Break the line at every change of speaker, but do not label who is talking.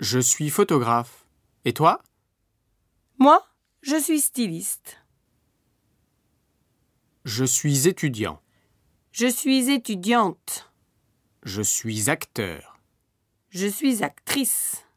Je suis photographe. Et toi
Moi, je suis styliste.
Je suis étudiant.
Je suis étudiante.
Je suis acteur.
Je suis actrice.